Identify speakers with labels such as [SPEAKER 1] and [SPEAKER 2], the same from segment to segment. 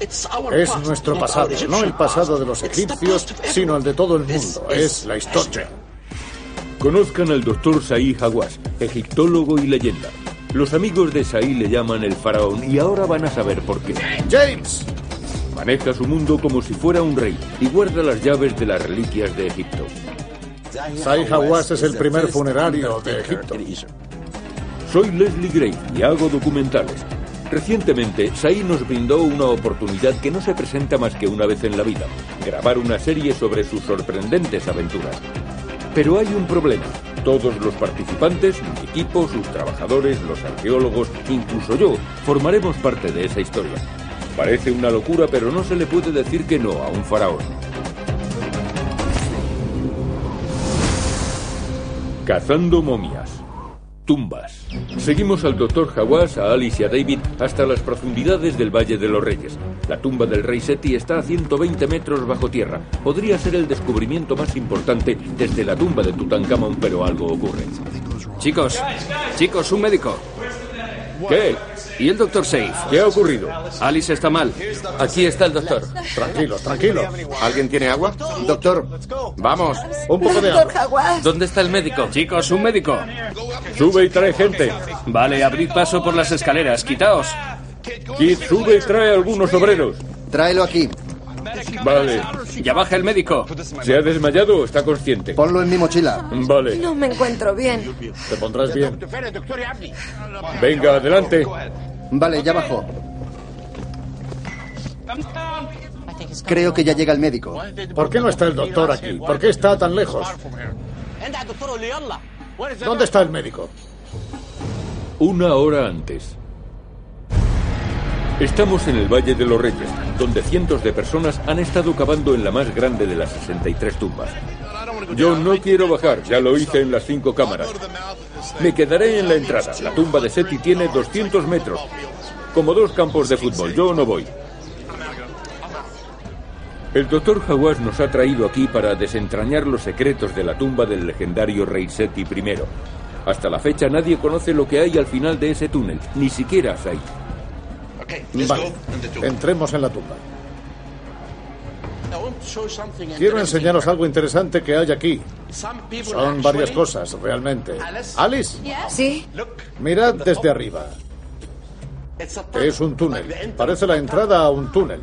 [SPEAKER 1] Es nuestro pasado, no el pasado de los egipcios, sino el de todo el mundo. eh. Es la historia.
[SPEAKER 2] Conozcan al doctor Saí Hawass, egiptólogo y leyenda. Los amigos de Saí le llaman el faraón y ahora van a saber por qué.
[SPEAKER 1] James,
[SPEAKER 2] Maneja su mundo como si fuera un rey y guarda las llaves de las reliquias de Egipto.
[SPEAKER 1] Sai Hawass es el primer funerario de Egipto.
[SPEAKER 2] Soy Leslie Gray y hago documentales. Recientemente, Sai nos brindó una oportunidad que no se presenta más que una vez en la vida, grabar una serie sobre sus sorprendentes aventuras. Pero hay un problema. Todos los participantes, mi equipo, sus trabajadores, los arqueólogos, incluso yo, formaremos parte de esa historia. Parece una locura, pero no se le puede decir que no a un faraón. Cazando momias. Tumbas. Seguimos al doctor Hawass, a Alice y a David hasta las profundidades del Valle de los Reyes. La tumba del rey Seti está a 120 metros bajo tierra. Podría ser el descubrimiento más importante desde la tumba de Tutankamón, pero algo ocurre.
[SPEAKER 3] Chicos, chicos, un médico.
[SPEAKER 2] ¿Qué?
[SPEAKER 3] ¿Y el doctor Safe?
[SPEAKER 2] ¿Qué ha ocurrido?
[SPEAKER 3] Alice está mal. Aquí está el doctor.
[SPEAKER 1] Tranquilo, tranquilo.
[SPEAKER 4] ¿Alguien tiene agua? Doctor, vamos.
[SPEAKER 1] Un poco de
[SPEAKER 5] Doctor
[SPEAKER 1] agua.
[SPEAKER 5] Jaguar.
[SPEAKER 3] ¿Dónde está el médico? Chicos, un médico.
[SPEAKER 2] Sube y trae gente.
[SPEAKER 3] Vale, abrid paso por las escaleras. Quitaos.
[SPEAKER 2] Kid, sube y trae algunos obreros.
[SPEAKER 4] Tráelo aquí.
[SPEAKER 2] Vale.
[SPEAKER 3] Ya baja el médico.
[SPEAKER 2] ¿Se ha desmayado o está consciente?
[SPEAKER 4] Ponlo en mi mochila.
[SPEAKER 2] Vale.
[SPEAKER 5] No me encuentro bien.
[SPEAKER 1] Te pondrás bien.
[SPEAKER 2] Venga, adelante.
[SPEAKER 4] Vale, ya bajó. Creo que ya llega el médico.
[SPEAKER 1] ¿Por qué no está el doctor aquí? ¿Por qué está tan lejos? ¿Dónde está el médico?
[SPEAKER 2] Una hora antes. Estamos en el Valle de los Reyes, donde cientos de personas han estado cavando en la más grande de las 63 tumbas. Yo no quiero bajar, ya lo hice en las cinco cámaras. Me quedaré en la entrada. La tumba de Seti tiene 200 metros, como dos campos de fútbol. Yo no voy. El doctor Hawass nos ha traído aquí para desentrañar los secretos de la tumba del legendario rey Seti I. Hasta la fecha nadie conoce lo que hay al final de ese túnel, ni siquiera Sai.
[SPEAKER 1] Vale, entremos en la tumba. Quiero enseñaros algo interesante que hay aquí. Son varias cosas, realmente. Alice,
[SPEAKER 5] ¿Sí?
[SPEAKER 1] mirad desde arriba. Es un túnel. Parece la entrada a un túnel.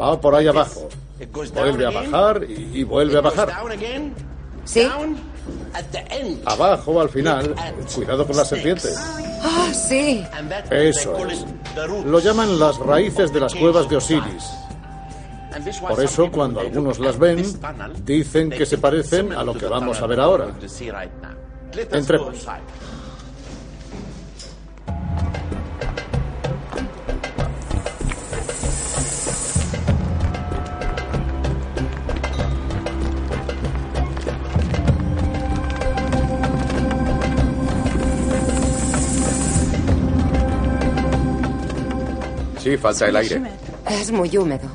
[SPEAKER 1] Va por ahí abajo. Vuelve a bajar y, y vuelve a bajar.
[SPEAKER 5] ¿Sí?
[SPEAKER 1] Ah, Abajo al final. Cuidado con las serpientes.
[SPEAKER 5] Ah, sí.
[SPEAKER 1] Eso es. Lo llaman las raíces de las cuevas de Osiris. Por eso cuando algunos las ven, dicen que se parecen a lo que vamos a ver ahora. Entremos.
[SPEAKER 4] Sí, falta el aire.
[SPEAKER 5] Es muy húmedo.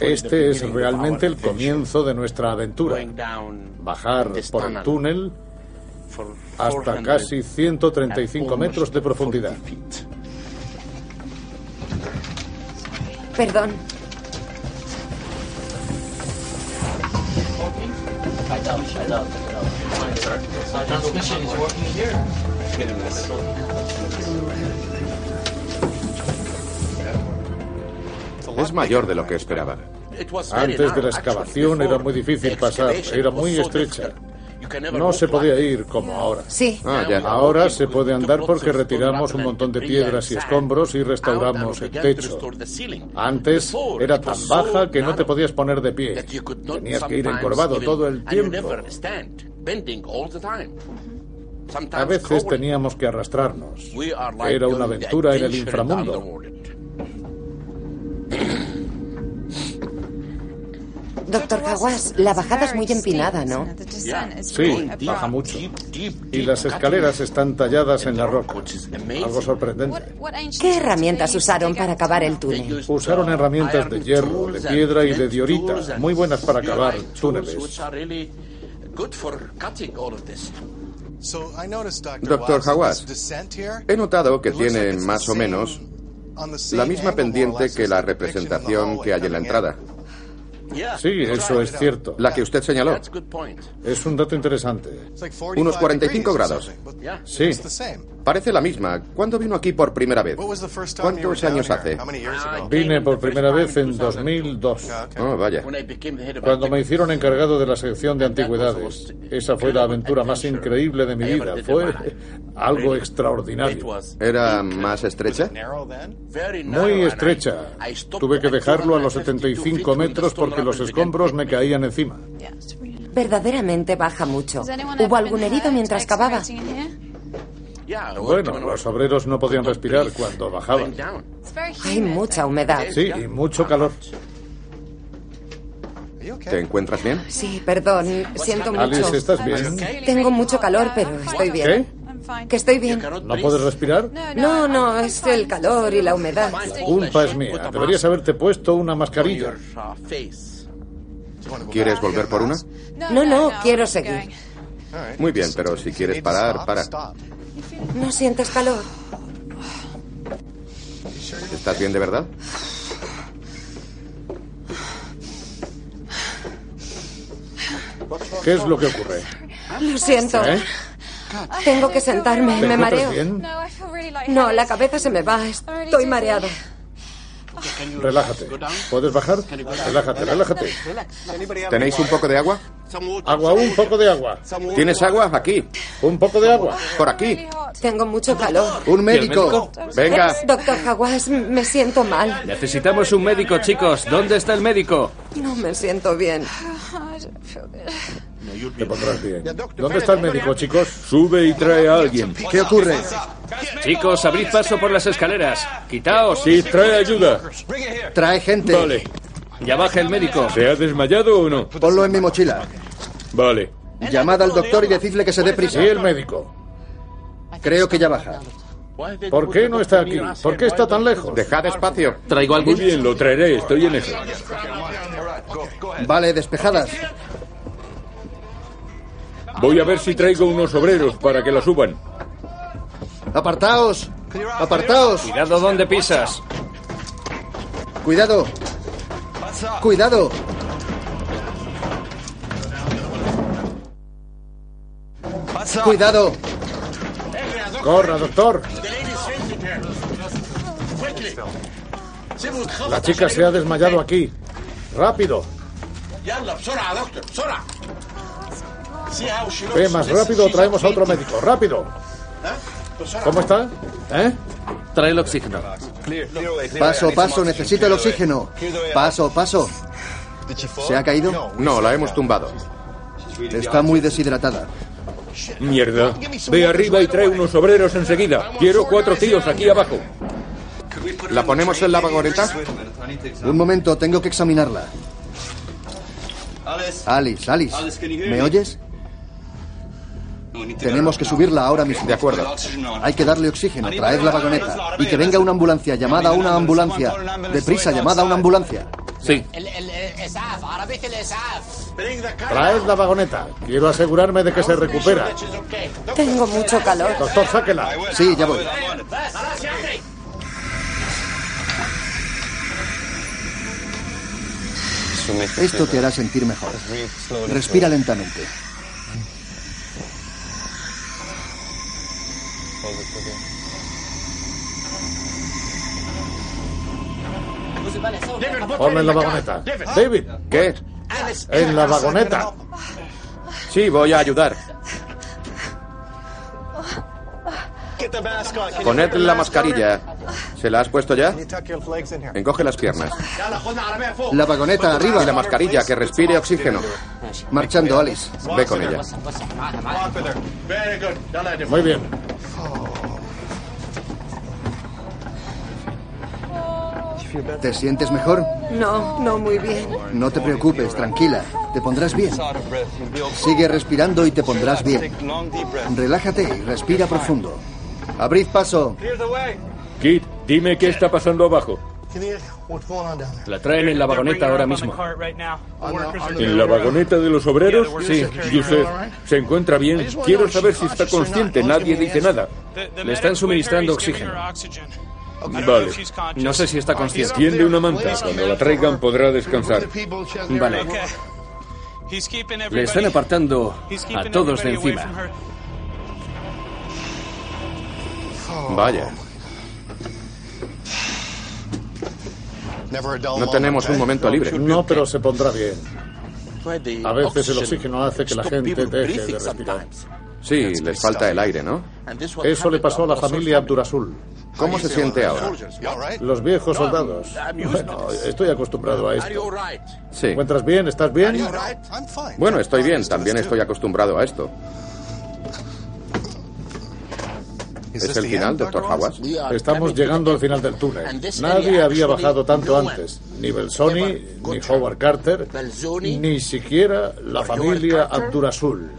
[SPEAKER 1] Este es realmente el comienzo de nuestra aventura. Bajar por el túnel hasta casi 135 metros de profundidad.
[SPEAKER 5] Perdón.
[SPEAKER 4] Es mayor de lo que esperaba.
[SPEAKER 1] Antes de la excavación era muy difícil pasar, era muy estrecha. No se podía ir como ahora.
[SPEAKER 5] Sí.
[SPEAKER 4] Ah, ya.
[SPEAKER 1] Ahora se puede andar porque retiramos un montón de piedras y escombros y restauramos el techo. Antes era tan baja que no te podías poner de pie. Tenías que ir encorvado todo el tiempo. A veces teníamos que arrastrarnos. Era una aventura en el inframundo.
[SPEAKER 5] Doctor Kawas, la bajada es muy empinada, ¿no?
[SPEAKER 1] Sí, baja mucho. Y las escaleras están talladas en la roca. Algo sorprendente.
[SPEAKER 5] ¿Qué herramientas usaron para acabar el túnel?
[SPEAKER 1] Usaron herramientas de hierro, de piedra y de diorita, muy buenas para cavar túneles.
[SPEAKER 4] Doctor Hawass, he notado que tiene más o menos la misma pendiente que la representación que hay en la entrada,
[SPEAKER 1] Sí, eh, eso es cierto.
[SPEAKER 4] la que usted señaló,
[SPEAKER 1] Es un dato interesante.
[SPEAKER 4] unos 45 grados.
[SPEAKER 1] Sí,
[SPEAKER 4] Parece la misma. ¿Cuándo vino aquí por primera vez? ¿Cuántos años hace?
[SPEAKER 1] vine por primera vez en 2002,
[SPEAKER 4] Oh, vaya.
[SPEAKER 1] cuando me hicieron encargado de la sección de antigüedades. Esa fue la aventura más increíble de mi vida. Fue algo extraordinario.
[SPEAKER 4] ¿Era más estrecha?
[SPEAKER 1] Muy estrecha. Tuve que dejarlo a los 75 metros porque los escombros me caían encima.
[SPEAKER 5] Verdaderamente baja mucho. ¿Hubo algún herido mientras cavaba?
[SPEAKER 1] Bueno, los obreros no podían
[SPEAKER 5] pues,
[SPEAKER 1] respirar cuando bajaban.
[SPEAKER 5] Hay mucha humedad.
[SPEAKER 1] Sí, y mucho calor.
[SPEAKER 4] ¿Te encuentras bien?
[SPEAKER 5] Sí, perdón, siento mucho.
[SPEAKER 1] Alice, ¿estás bien?
[SPEAKER 5] Tengo mucho calor, pero estoy bien.
[SPEAKER 1] ¿Qué?
[SPEAKER 5] Que estoy bien.
[SPEAKER 1] ¿No puedes respirar?
[SPEAKER 5] No, no, es el calor y la humedad.
[SPEAKER 1] La culpa es mía. Deberías haberte puesto una mascarilla.
[SPEAKER 4] ¿Quieres volver por una?
[SPEAKER 5] No, no, quiero seguir.
[SPEAKER 4] Muy bien, pero si quieres parar, para.
[SPEAKER 5] ¿No sientes calor?
[SPEAKER 4] ¿Estás bien de verdad?
[SPEAKER 1] ¿Qué es lo que ocurre?
[SPEAKER 5] Lo siento.
[SPEAKER 1] ¿Eh?
[SPEAKER 5] Tengo que sentarme,
[SPEAKER 1] ¿Te
[SPEAKER 5] me
[SPEAKER 1] encuentras
[SPEAKER 5] mareo.
[SPEAKER 1] bien?
[SPEAKER 5] No, la cabeza se me va, estoy mareado.
[SPEAKER 1] Relájate. ¿Puedes bajar? Relájate, relájate.
[SPEAKER 4] ¿Tenéis un poco de agua?
[SPEAKER 1] Agua, un poco de agua.
[SPEAKER 4] ¿Tienes agua? Aquí.
[SPEAKER 1] Un poco de agua.
[SPEAKER 4] Por aquí.
[SPEAKER 5] Tengo mucho calor.
[SPEAKER 4] Un médico. Venga.
[SPEAKER 5] Doctor Jaguas, me siento mal.
[SPEAKER 3] Necesitamos un médico, chicos. ¿Dónde está el médico?
[SPEAKER 5] No me siento bien.
[SPEAKER 1] Te pondrás bien. ¿Dónde está el médico, chicos?
[SPEAKER 2] Sube y trae a alguien.
[SPEAKER 4] ¿Qué ocurre?
[SPEAKER 3] Chicos, abrid paso por las escaleras. Quitaos.
[SPEAKER 2] Sí, trae ayuda.
[SPEAKER 4] Trae gente.
[SPEAKER 2] Vale.
[SPEAKER 3] Ya baja el médico.
[SPEAKER 2] ¿Se ha desmayado o no?
[SPEAKER 4] Ponlo en mi mochila.
[SPEAKER 2] Vale.
[SPEAKER 4] Llamad al doctor y decidle que se dé prisa.
[SPEAKER 1] Sí, el médico.
[SPEAKER 4] Creo que ya baja.
[SPEAKER 1] ¿Por qué no está aquí? ¿Por qué está tan lejos?
[SPEAKER 4] Dejad espacio.
[SPEAKER 3] ¿Traigo
[SPEAKER 2] Muy
[SPEAKER 3] alguien?
[SPEAKER 2] bien, lo traeré. Estoy en eso.
[SPEAKER 4] Vale, despejadas.
[SPEAKER 2] Voy a ver si traigo unos obreros para que la suban.
[SPEAKER 4] Apartaos. Apartaos.
[SPEAKER 3] Cuidado donde pisas.
[SPEAKER 4] Cuidado. Cuidado. Cuidado.
[SPEAKER 1] Corra, doctor. La chica se ha desmayado aquí. Rápido. Ve más rápido o traemos a otro médico. Rápido. ¿Cómo está? ¿Eh?
[SPEAKER 3] Trae el oxígeno.
[SPEAKER 4] Paso, paso, necesito el oxígeno. Paso, paso. ¿Se ha caído? No, la hemos tumbado. Está muy deshidratada.
[SPEAKER 2] Mierda. Ve arriba y trae unos obreros enseguida. Quiero cuatro tíos aquí abajo.
[SPEAKER 4] ¿La ponemos en la vagoneta? Un momento, tengo que examinarla. Alice, Alice, ¿me oyes? Tenemos que subirla ahora mismo. De acuerdo. Hay que darle oxígeno, traer la vagoneta y que venga una ambulancia. Llamada a una ambulancia. Deprisa, llamada a una ambulancia.
[SPEAKER 3] Sí.
[SPEAKER 1] Traed la vagoneta. Quiero asegurarme de que se recupera.
[SPEAKER 5] Tengo mucho calor.
[SPEAKER 1] Doctor, sáquela.
[SPEAKER 4] Sí, ya voy. Esto te hará sentir mejor. Respira lentamente.
[SPEAKER 1] Ponla en la vagoneta. David,
[SPEAKER 4] ¿Qué?
[SPEAKER 1] en la vagoneta.
[SPEAKER 4] Sí, voy a ayudar. Poned la mascarilla. ¿Se la has puesto ya? Encoge las piernas. La vagoneta arriba. Y la mascarilla, que respire oxígeno. Marchando, Alice.
[SPEAKER 6] Ve con ella.
[SPEAKER 1] Muy bien.
[SPEAKER 4] ¿Te sientes mejor?
[SPEAKER 5] No, no muy bien.
[SPEAKER 4] No te preocupes, tranquila. Te pondrás bien. Sigue respirando y te pondrás bien. Relájate y respira profundo. Abrid paso.
[SPEAKER 2] Kit, dime qué está pasando abajo.
[SPEAKER 3] La traen en la vagoneta ahora mismo.
[SPEAKER 2] ¿En la vagoneta de los obreros? Sí. Yusef, ¿se encuentra bien? Quiero saber si está consciente. Nadie dice nada.
[SPEAKER 3] Le están suministrando oxígeno.
[SPEAKER 2] Vale.
[SPEAKER 3] No sé si está consciente.
[SPEAKER 2] Tiende una manta. Cuando la traigan podrá descansar.
[SPEAKER 3] Vale. Le están apartando a todos de encima.
[SPEAKER 6] Vaya. No tenemos un momento libre.
[SPEAKER 1] No, pero se pondrá bien. A veces el oxígeno hace que la gente deje de respirar.
[SPEAKER 6] Sí, les falta el aire, ¿no?
[SPEAKER 1] Eso le pasó a la familia Abdurasul.
[SPEAKER 6] ¿Cómo se siente ahora?
[SPEAKER 1] Los viejos soldados. Bueno, estoy acostumbrado a esto. ¿Te
[SPEAKER 6] Sí.
[SPEAKER 1] encuentras bien? ¿Estás bien?
[SPEAKER 6] Bueno, estoy bien. También estoy acostumbrado a esto. ¿Es el final, doctor Hawas?
[SPEAKER 1] Estamos llegando al final del túnel. Nadie había bajado tanto antes. Ni Belsoni, ni Howard Carter, ni siquiera la familia Abdurasul.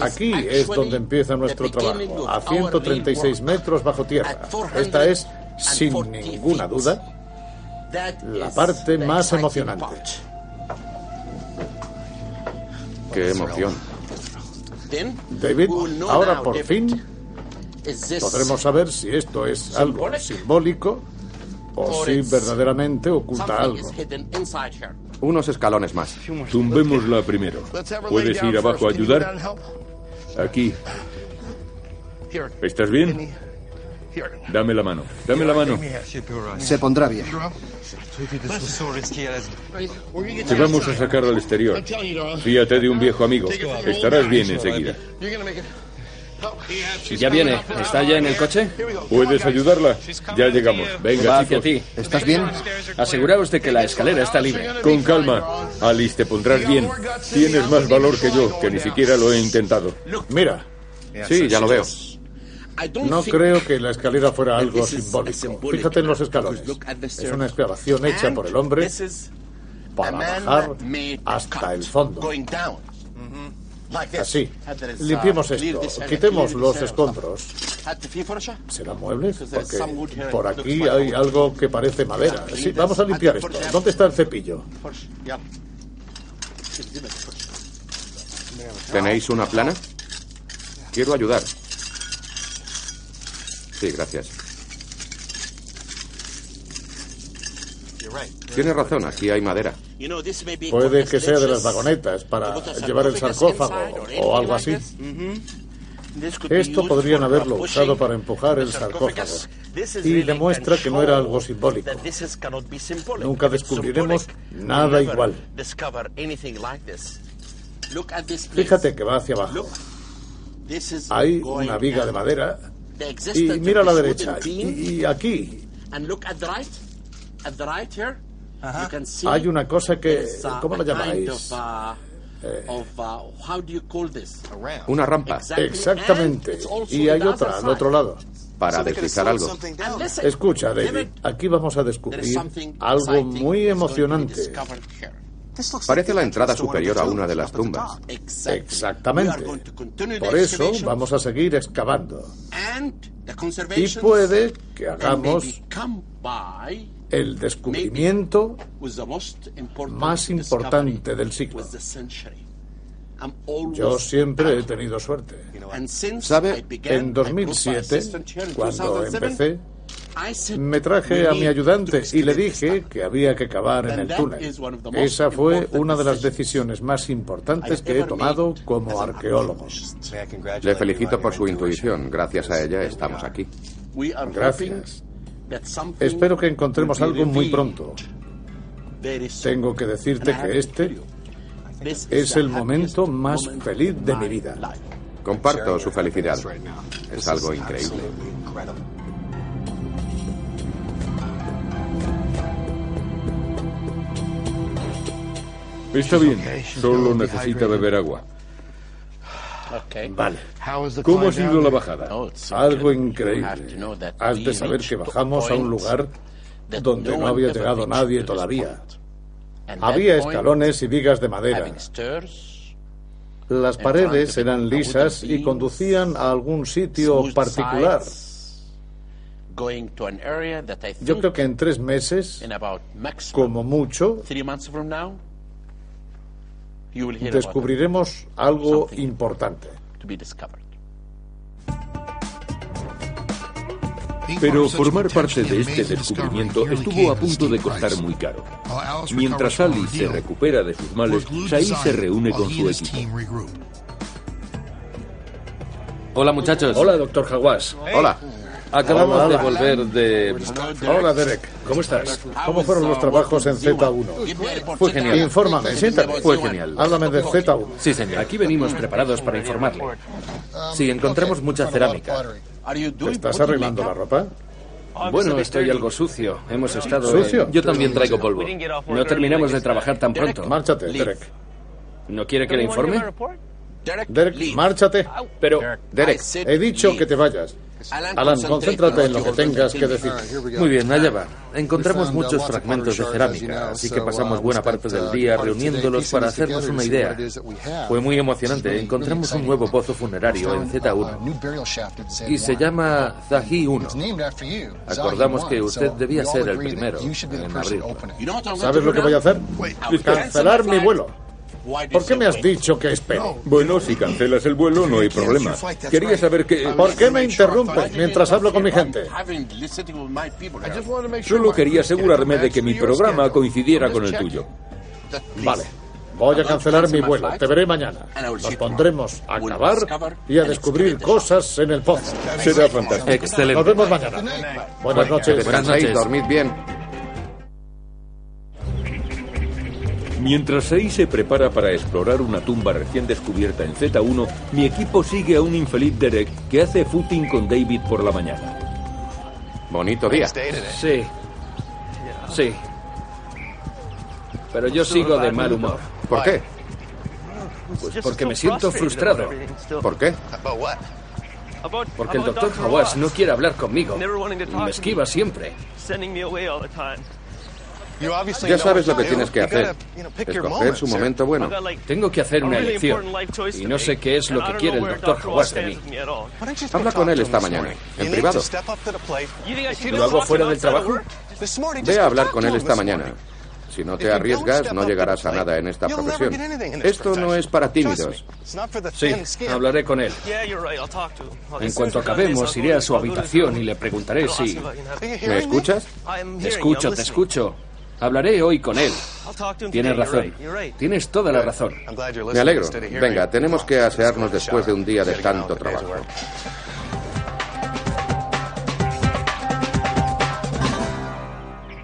[SPEAKER 1] Aquí es donde empieza nuestro trabajo, a 136 metros bajo tierra. Esta es, sin ninguna duda, la parte más emocionante.
[SPEAKER 6] Qué emoción.
[SPEAKER 1] David, ahora por fin podremos saber si esto es algo simbólico o si verdaderamente oculta algo.
[SPEAKER 6] Unos escalones más.
[SPEAKER 2] Tumbémosla primero. ¿Puedes ir abajo a ayudar? Aquí. ¿Estás bien? Dame la mano. Dame la mano.
[SPEAKER 4] Se pondrá bien.
[SPEAKER 2] Te vamos a sacar al exterior. Fíate de un viejo amigo. Estarás bien enseguida.
[SPEAKER 3] Ya viene. ¿Está ya en el coche?
[SPEAKER 2] ¿Puedes ayudarla? Ya llegamos.
[SPEAKER 3] Va
[SPEAKER 2] Venga,
[SPEAKER 3] hacia
[SPEAKER 2] chicos.
[SPEAKER 3] ti.
[SPEAKER 4] ¿Estás bien?
[SPEAKER 3] Aseguraos de que la escalera está libre.
[SPEAKER 2] Con calma. Alice, te pondrás bien. Tienes más valor que yo, que ni siquiera lo he intentado.
[SPEAKER 1] Mira,
[SPEAKER 6] Sí, ya lo veo.
[SPEAKER 1] no creo que la escalera fuera algo simbólico. Fíjate en los escalones. Es una excavación hecha por el hombre para bajar hasta el fondo.
[SPEAKER 6] Mm-hmm.
[SPEAKER 1] Así. Limpiemos esto. Quitemos los escombros. ¿Serán muebles? Porque por aquí hay algo que parece madera. Sí, vamos a limpiar esto. ¿Dónde está el cepillo?
[SPEAKER 6] ¿Tenéis una plana? Quiero ayudar. Sí, gracias. Tienes razón, aquí hay madera.
[SPEAKER 1] Puede que sea de las vagonetas para llevar el sarcófago o algo así.
[SPEAKER 6] Mm-hmm.
[SPEAKER 1] Esto podrían haberlo usado para empujar el sarcófago. Y demuestra que no era algo simbólico. Nunca descubriremos nada igual. Fíjate que va hacia abajo. Hay una viga de madera. Y mira a la derecha. Y, y aquí hay una cosa que... ¿Cómo la llamáis?
[SPEAKER 6] uh,
[SPEAKER 1] Ah,
[SPEAKER 6] Una rampa
[SPEAKER 1] Exactamente. Y hay otra al otro lado.
[SPEAKER 6] para deslizar algo.
[SPEAKER 1] Escucha, David. Aquí vamos a descubrir algo muy emocionante.
[SPEAKER 6] Parece la entrada superior a una de las tumbas.
[SPEAKER 1] Exactamente. Por eso vamos a seguir excavando. Y puede que hagamos el descubrimiento más importante del siglo. Yo siempre he tenido suerte.
[SPEAKER 6] ¿Sabe?
[SPEAKER 1] En 2007, cuando empecé, me traje a mi ayudante y le dije que había que cavar en el túnel. Esa fue una de las decisiones más importantes que he tomado como arqueólogo.
[SPEAKER 6] Le felicito por su intuición. Gracias a ella estamos aquí.
[SPEAKER 1] Gracias. Espero que encontremos algo muy pronto. Tengo que decirte que este es el momento más feliz de mi vida.
[SPEAKER 6] Comparto su felicidad. Es algo increíble.
[SPEAKER 2] Está bien, solo necesita beber agua.
[SPEAKER 1] Vale.
[SPEAKER 2] ¿Cómo ha sido la bajada?
[SPEAKER 1] Algo increíble. Has de saber que bajamos a un lugar donde no había llegado nadie todavía. Había escalones y vigas de madera. Las paredes eran lisas y conducían a algún sitio particular. Yo creo que en tres meses, como mucho, descubriremos algo importante.
[SPEAKER 2] Pero formar parte de este descubrimiento estuvo a punto de costar muy caro. Mientras Alice se recupera de sus
[SPEAKER 7] Pues
[SPEAKER 2] males, Sai se reúne con su equipo.
[SPEAKER 7] Um, Hola muchachos.
[SPEAKER 1] Hola,
[SPEAKER 7] doctor Jaguás.
[SPEAKER 6] Hola.
[SPEAKER 7] Acabamos
[SPEAKER 1] Hola, hola.
[SPEAKER 7] de volver de...
[SPEAKER 1] Hola, Derek.
[SPEAKER 7] ¿Cómo estás?
[SPEAKER 1] ¿Cómo fueron los trabajos en Z1?
[SPEAKER 7] Fue genial.
[SPEAKER 1] Infórmame, siéntate.
[SPEAKER 7] Fue genial.
[SPEAKER 1] Háblame de Z1.
[SPEAKER 7] Sí, señor. Aquí venimos preparados para informarle. Sí, encontramos mucha cerámica.
[SPEAKER 1] ¿Te ¿Estás arreglando la ropa?
[SPEAKER 7] Bueno, estoy algo sucio. Hemos estado...
[SPEAKER 1] ¿Sucio?
[SPEAKER 7] Yo también traigo polvo. No terminamos de trabajar tan pronto.
[SPEAKER 1] Márchate, Derek.
[SPEAKER 7] ¿No quiere que le informe?
[SPEAKER 1] Derek, márchate.
[SPEAKER 7] Pero...
[SPEAKER 6] Derek,
[SPEAKER 1] He dicho que te vayas. Alan, concéntrate en lo que tengas que decir.
[SPEAKER 7] Muy bien, allá va. Encontramos muchos fragmentos de cerámica, así que pasamos buena parte del día reuniéndolos para hacernos una idea. Fue muy emocionante. Encontramos un nuevo pozo funerario en Z1 y se llama Zahi 1. Acordamos que usted debía ser el primero en abrirlo.
[SPEAKER 1] ¿Sabes lo que voy a hacer? Cancelar mi vuelo. ¿Por qué me has dicho que espere?
[SPEAKER 2] Bueno, si cancelas el vuelo no hay problema. Quería saber que...
[SPEAKER 1] ¿Por qué me interrumpes mientras hablo con mi gente?
[SPEAKER 2] Solo quería asegurarme de que mi programa coincidiera con el tuyo.
[SPEAKER 1] Vale. Voy a cancelar mi vuelo. Te veré mañana. Nos pondremos a acabar y a descubrir cosas en el pozo.
[SPEAKER 2] Será fantástico.
[SPEAKER 1] Nos
[SPEAKER 7] Excelente.
[SPEAKER 1] vemos mañana. Buenas noches.
[SPEAKER 7] Buenas
[SPEAKER 6] ahí,
[SPEAKER 7] noches.
[SPEAKER 6] dormid bien.
[SPEAKER 2] Mientras Sei se prepara para explorar una tumba recién descubierta en Z1, mi equipo sigue a un infeliz Derek que hace footing con David por la mañana.
[SPEAKER 6] Bonito día.
[SPEAKER 7] Sí. Sí. Pero yo sigo de mal humor.
[SPEAKER 6] ¿Por qué?
[SPEAKER 7] Pues porque me siento frustrado.
[SPEAKER 6] ¿Por qué?
[SPEAKER 7] Porque el doctor Hawass no quiere hablar conmigo. Me esquiva siempre.
[SPEAKER 6] Ya sabes lo que tienes que hacer. Escoger su momento bueno.
[SPEAKER 7] Tengo que hacer una elección. Y no sé qué es lo que quiere el doctor Hawass de mí.
[SPEAKER 6] Habla con él esta mañana, en privado.
[SPEAKER 7] ¿Lo hago fuera del trabajo?
[SPEAKER 6] Ve a hablar con él esta mañana. Si no te arriesgas, no llegarás a nada en esta profesión. Esto no es para tímidos.
[SPEAKER 7] Sí, hablaré con él. En cuanto acabemos, iré a su habitación y le preguntaré si...
[SPEAKER 6] ¿Me escuchas?
[SPEAKER 7] Te escucho, te escucho. Hablaré hoy con él. Tienes razón. Tienes toda la razón.
[SPEAKER 6] Me alegro. Venga, tenemos que asearnos después de un día de tanto trabajo.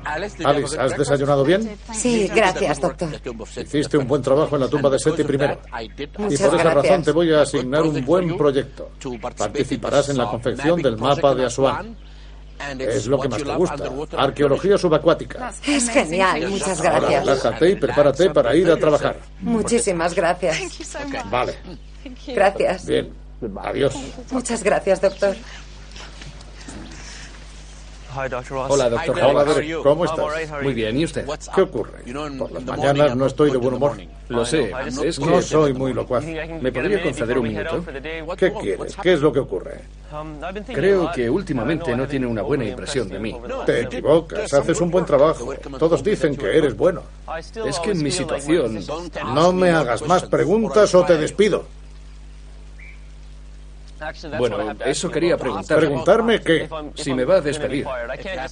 [SPEAKER 1] Alice, ¿has desayunado bien?
[SPEAKER 5] Sí, gracias, doctor.
[SPEAKER 1] Hiciste un buen trabajo en la tumba de Seti primero. Y
[SPEAKER 5] Muchas
[SPEAKER 1] por esa
[SPEAKER 5] gracias.
[SPEAKER 1] razón te voy a asignar un buen proyecto. Participarás en la confección del mapa de Asuán. Es lo que más te gusta. Arqueología subacuática.
[SPEAKER 5] Es genial, muchas
[SPEAKER 1] Ahora
[SPEAKER 5] gracias.
[SPEAKER 1] relájate y prepárate para ir a trabajar.
[SPEAKER 5] Muchísimas gracias.
[SPEAKER 1] Vale,
[SPEAKER 5] Gracias.
[SPEAKER 1] bien. Adiós.
[SPEAKER 5] Muchas gracias, doctor.
[SPEAKER 7] Hola, doctor
[SPEAKER 1] Hola,
[SPEAKER 7] Hawass.
[SPEAKER 1] Derek. ¿Cómo estás?
[SPEAKER 7] Muy bien, ¿y usted?
[SPEAKER 1] ¿Qué ocurre? Por las mañanas no estoy de buen humor.
[SPEAKER 7] Lo sé. Es
[SPEAKER 1] No
[SPEAKER 7] que...
[SPEAKER 1] soy muy locuaz.
[SPEAKER 7] ¿Me podría conceder un minuto?
[SPEAKER 1] ¿Qué quieres? ¿Qué es lo que ocurre?
[SPEAKER 7] Creo que últimamente no tiene una buena impresión de mí.
[SPEAKER 1] Te equivocas, haces un buen trabajo. Todos dicen que eres bueno.
[SPEAKER 7] Es que en mi situación...
[SPEAKER 1] No me hagas más preguntas o te despido.
[SPEAKER 7] Bueno, eso quería preguntar.
[SPEAKER 1] ¿Preguntarme qué?
[SPEAKER 7] Si me va a despedir.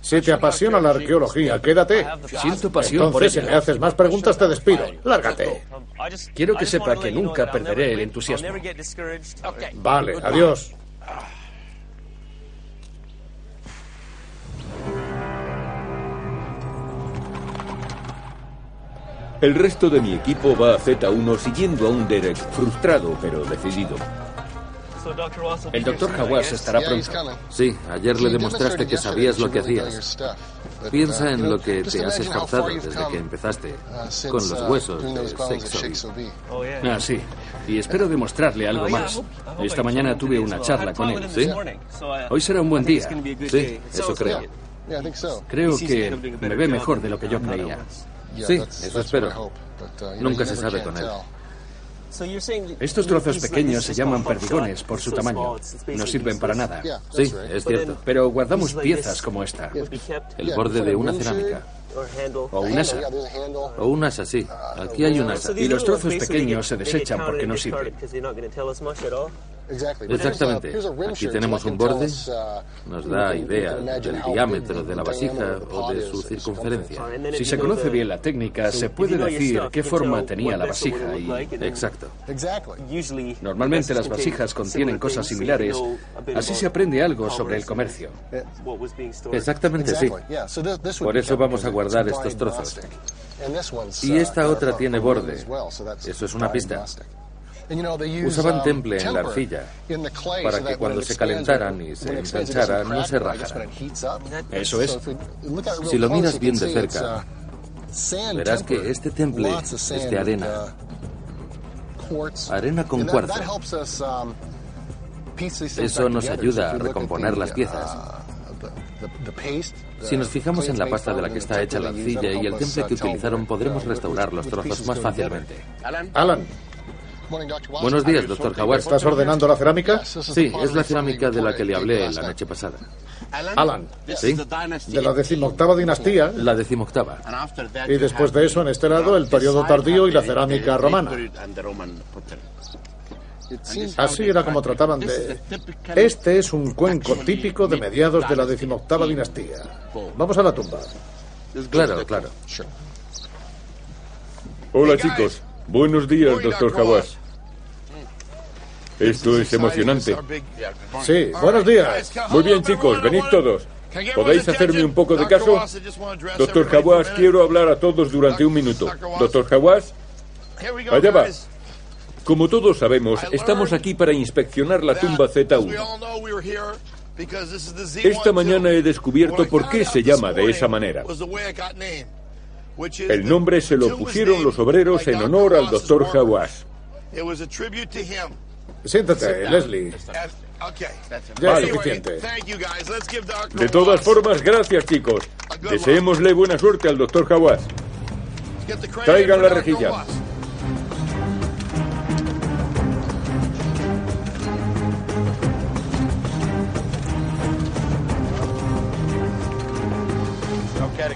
[SPEAKER 1] Si te apasiona la arqueología, quédate.
[SPEAKER 7] Siento pasión por
[SPEAKER 1] Entonces, si
[SPEAKER 7] eso.
[SPEAKER 1] me haces más preguntas, te despido. Lárgate.
[SPEAKER 7] Quiero que sepa que nunca perderé el entusiasmo.
[SPEAKER 1] Vale, adiós.
[SPEAKER 2] El resto de mi equipo va a Z1 siguiendo a un Derek frustrado pero decidido.
[SPEAKER 8] El doctor Hawass estará pronto.
[SPEAKER 1] Sí, ayer le demostraste que sabías lo que hacías. Piensa en lo que te has esforzado desde que empezaste, con los huesos de sexo.
[SPEAKER 4] Ah, sí. Y espero demostrarle algo más. Esta mañana tuve una charla con él.
[SPEAKER 1] ¿Sí?
[SPEAKER 4] Hoy será un buen día.
[SPEAKER 1] Sí, eso creo.
[SPEAKER 4] Creo que me ve mejor de lo que yo creía.
[SPEAKER 1] Sí, eso espero. Nunca se sabe con él.
[SPEAKER 4] Estos trozos pequeños se llaman perdigones por su tamaño. No sirven para nada.
[SPEAKER 1] Sí, es cierto.
[SPEAKER 4] Pero guardamos piezas como esta.
[SPEAKER 1] El borde de una cerámica.
[SPEAKER 4] O un asa.
[SPEAKER 1] O un asa, sí. Aquí hay un asa.
[SPEAKER 4] Y los trozos pequeños se desechan porque no sirven.
[SPEAKER 1] Exactamente. Aquí tenemos un borde. Nos da idea del diámetro de la vasija o de su circunferencia.
[SPEAKER 4] Si se conoce bien la técnica, se puede decir qué forma tenía la vasija y...
[SPEAKER 1] Exacto.
[SPEAKER 4] Normalmente las vasijas contienen cosas similares. Así se aprende algo sobre el comercio.
[SPEAKER 1] Exactamente, sí. Por eso vamos a guardar estos trozos. Y esta otra tiene borde. Eso es una pista. Usaban temple en la arcilla para que cuando se calentaran y se ensancharan no se rajaran.
[SPEAKER 4] Eso es.
[SPEAKER 1] Si lo miras bien de cerca, uh, verás que este temple es de arena. uh, Arena con cuarzo. Eso nos ayuda a recomponer las piezas. Si nos fijamos en la pasta de la que está hecha la arcilla y el temple que utilizaron, podremos restaurar los trozos más fácilmente.
[SPEAKER 6] Alan,
[SPEAKER 1] Buenos días, doctor Howard.
[SPEAKER 6] ¿Estás ordenando la cerámica?
[SPEAKER 1] Sí, pues, es la cerámica de la que le hablé la noche pasada.
[SPEAKER 6] Alan,
[SPEAKER 1] ¿Sí?
[SPEAKER 6] de la decimoctava dinastía.
[SPEAKER 1] La decimoctava.
[SPEAKER 6] Y después de eso, en este lado, el periodo tardío y la cerámica romana. Así era como trataban de... Este es un cuenco típico de mediados de la decimoctava dinastía. Vamos a la tumba.
[SPEAKER 1] Claro, claro.
[SPEAKER 2] Hola, chicos. Buenos días, doctor Hawass. Eh, Esto es emocionante.
[SPEAKER 6] Sí, buenos días.
[SPEAKER 2] Muy bien, chicos, venid todos. ¿Podéis hacerme un poco de caso? Doctor Hawass, quiero hablar a todos durante un minuto. Doctor Hawass, allá va. Como todos sabemos, estamos aquí para inspeccionar la tumba Z1. Esta mañana he descubierto por qué se llama de esa manera. El nombre se lo pusieron los obreros en honor al doctor Hawass.
[SPEAKER 6] Siéntate, Leslie. Ya
[SPEAKER 2] Vale.
[SPEAKER 6] es suficiente.
[SPEAKER 2] De todas formas, gracias, chicos. Deseémosle buena suerte al doctor Hawass. Traigan la rejilla.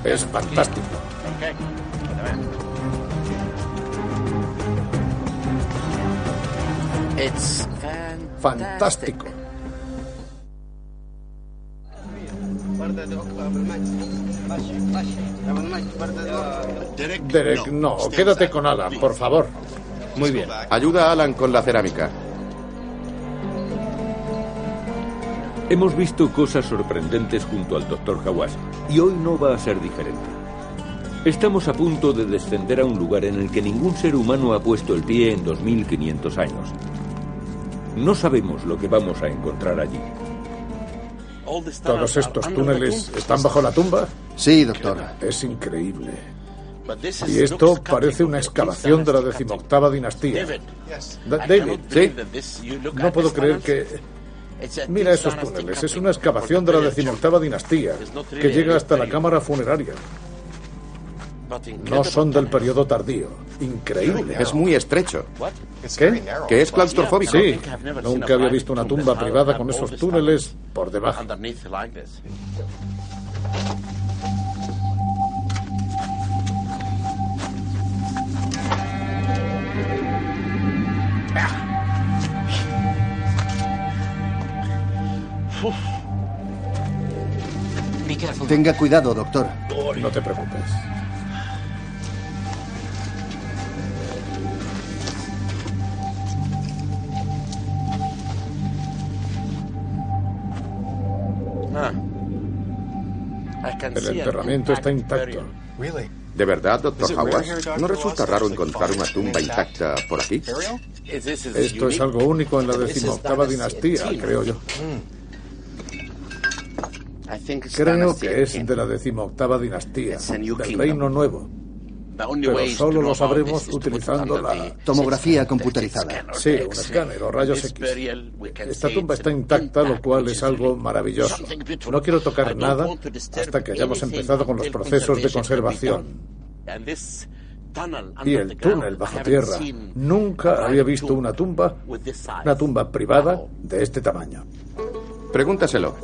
[SPEAKER 6] Es fantástico. Fantástico. Derek, no, quédate con Alan, por favor.
[SPEAKER 4] Muy bien.
[SPEAKER 9] Ayuda a Alan con la cerámica.
[SPEAKER 2] Hemos visto cosas sorprendentes junto al doctor Hawass y hoy no va a ser diferente. Estamos a punto de descender a un lugar en el que ningún ser humano ha puesto el pie en 2500 años. No sabemos lo que vamos a encontrar allí.
[SPEAKER 6] Todos estos túneles están bajo la tumba.
[SPEAKER 10] Sí, doctor.
[SPEAKER 6] Es increíble. Y esto parece una excavación de la decimoctava dinastía. Da- David, no puedo creer que... Mira esos túneles. Es una excavación de la decimoctava dinastía que llega hasta la cámara funeraria. No son del periodo tardío. Increíble.
[SPEAKER 9] Es muy estrecho.
[SPEAKER 6] ¿Qué?
[SPEAKER 9] Que es claustrofóbico.
[SPEAKER 6] Sí. Nunca había visto una tumba privada con esos túneles por debajo.
[SPEAKER 10] Tenga cuidado, doctor.
[SPEAKER 6] No te preocupes. El enterramiento está intacto. ¿De verdad, doctor Howard? ¿No resulta raro encontrar una tumba intacta por aquí?
[SPEAKER 1] Esto es algo único en la decimoctava dinastía, creo yo. Creo que es de la decimoctava dinastía, del Reino Nuevo. Pero solo lo sabremos utilizando la
[SPEAKER 4] Tomografía computarizada.
[SPEAKER 1] Sí, un escáner o rayos X. Esta tumba está intacta, lo cual es algo maravilloso. No quiero tocar nada hasta que hayamos empezado con los procesos de conservación. Y el túnel bajo tierra. Nunca había visto una tumba, una tumba privada de este tamaño.
[SPEAKER 6] Pregúntaselo.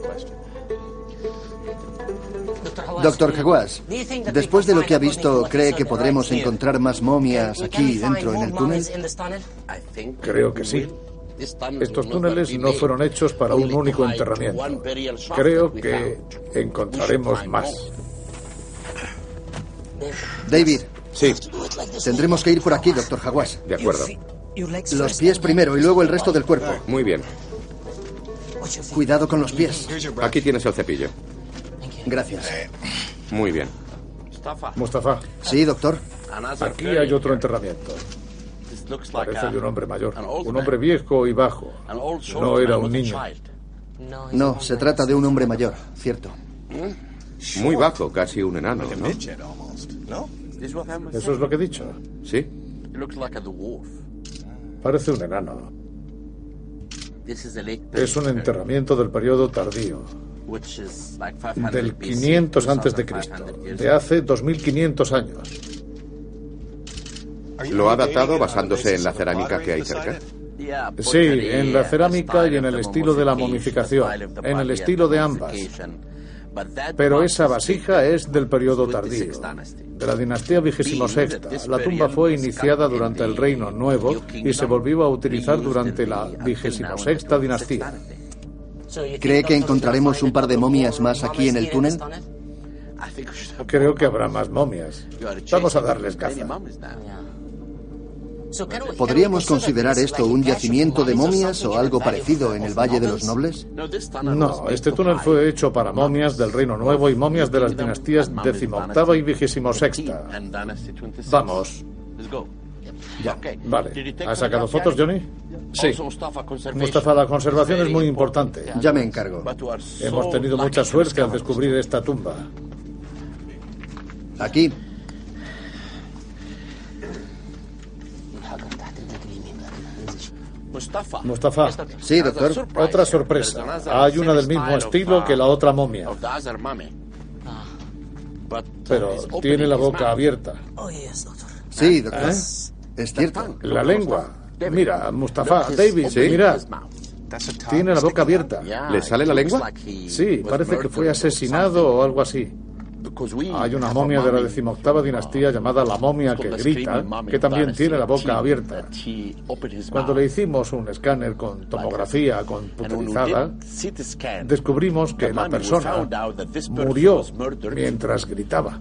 [SPEAKER 4] Doctor Jaguas, después de lo que ha visto, ¿cree que podremos encontrar más momias aquí dentro en el túnel?
[SPEAKER 1] Creo que sí. Estos túneles no fueron hechos para un único enterramiento. Creo que encontraremos más.
[SPEAKER 4] David.
[SPEAKER 6] Sí.
[SPEAKER 4] Tendremos que ir por aquí, doctor Jaguas.
[SPEAKER 6] De acuerdo.
[SPEAKER 4] Los pies primero y luego el resto del cuerpo.
[SPEAKER 6] Muy bien.
[SPEAKER 4] Cuidado con los pies.
[SPEAKER 6] Aquí tienes el cepillo.
[SPEAKER 4] Gracias.
[SPEAKER 6] Muy bien.
[SPEAKER 1] Mustafa.
[SPEAKER 4] Sí, doctor.
[SPEAKER 1] Aquí hay otro enterramiento. Parece de un hombre mayor. Un hombre viejo y bajo. No era un niño.
[SPEAKER 4] No, se trata de un hombre mayor, cierto.
[SPEAKER 6] Mm. Muy bajo, casi un enano, ¿no?
[SPEAKER 1] Eso es lo que he dicho.
[SPEAKER 6] Sí.
[SPEAKER 1] Parece un enano. Es un enterramiento del periodo tardío del 500 antes de Cristo, de hace 2500 años.
[SPEAKER 6] ¿Lo ha datado basándose en la cerámica que hay cerca?
[SPEAKER 1] Sí, en la cerámica y en el estilo de la momificación, en el estilo de ambas. Pero esa vasija es del periodo tardío, de la dinastía XXVI. La tumba fue iniciada durante el Reino Nuevo y se volvió a utilizar durante la XXVI dinastía.
[SPEAKER 4] ¿Cree que encontraremos un par de momias más aquí en el túnel?
[SPEAKER 1] Creo que habrá más momias. Vamos a darles caza.
[SPEAKER 4] ¿Podríamos considerar esto un yacimiento de momias o algo parecido en el Valle de los Nobles?
[SPEAKER 1] No, este túnel fue hecho para momias del Reino Nuevo y momias de las dinastías XVIII y XXVI. Vamos. Ya. Vale. ¿Has sacado fotos, Johnny?
[SPEAKER 3] Sí.
[SPEAKER 1] Mustafa, la conservación es muy importante.
[SPEAKER 4] Ya me encargo.
[SPEAKER 1] Hemos tenido mucha suerte al descubrir esta tumba.
[SPEAKER 4] Aquí.
[SPEAKER 1] Mustafa.
[SPEAKER 4] Sí, doctor.
[SPEAKER 1] Otra sorpresa. Hay una del mismo
[SPEAKER 6] uh,
[SPEAKER 1] estilo que la otra momia.
[SPEAKER 6] uh,
[SPEAKER 1] Pero tiene la boca abierta.
[SPEAKER 4] Sí, doctor. ¿Eh? Es cierto.
[SPEAKER 1] La lengua. Mira, Mustafa, David, ¿Sí? mira. Tiene la boca abierta.
[SPEAKER 6] ¿Le sale la lengua?
[SPEAKER 1] Sí, parece que fue asesinado o algo así. Hay una momia de la decimoctava
[SPEAKER 6] Ah.
[SPEAKER 1] dinastía llamada la momia que grita, que también tiene la boca abierta. Cuando le hicimos un escáner con tomografía computerizada, descubrimos que la persona murió mientras gritaba.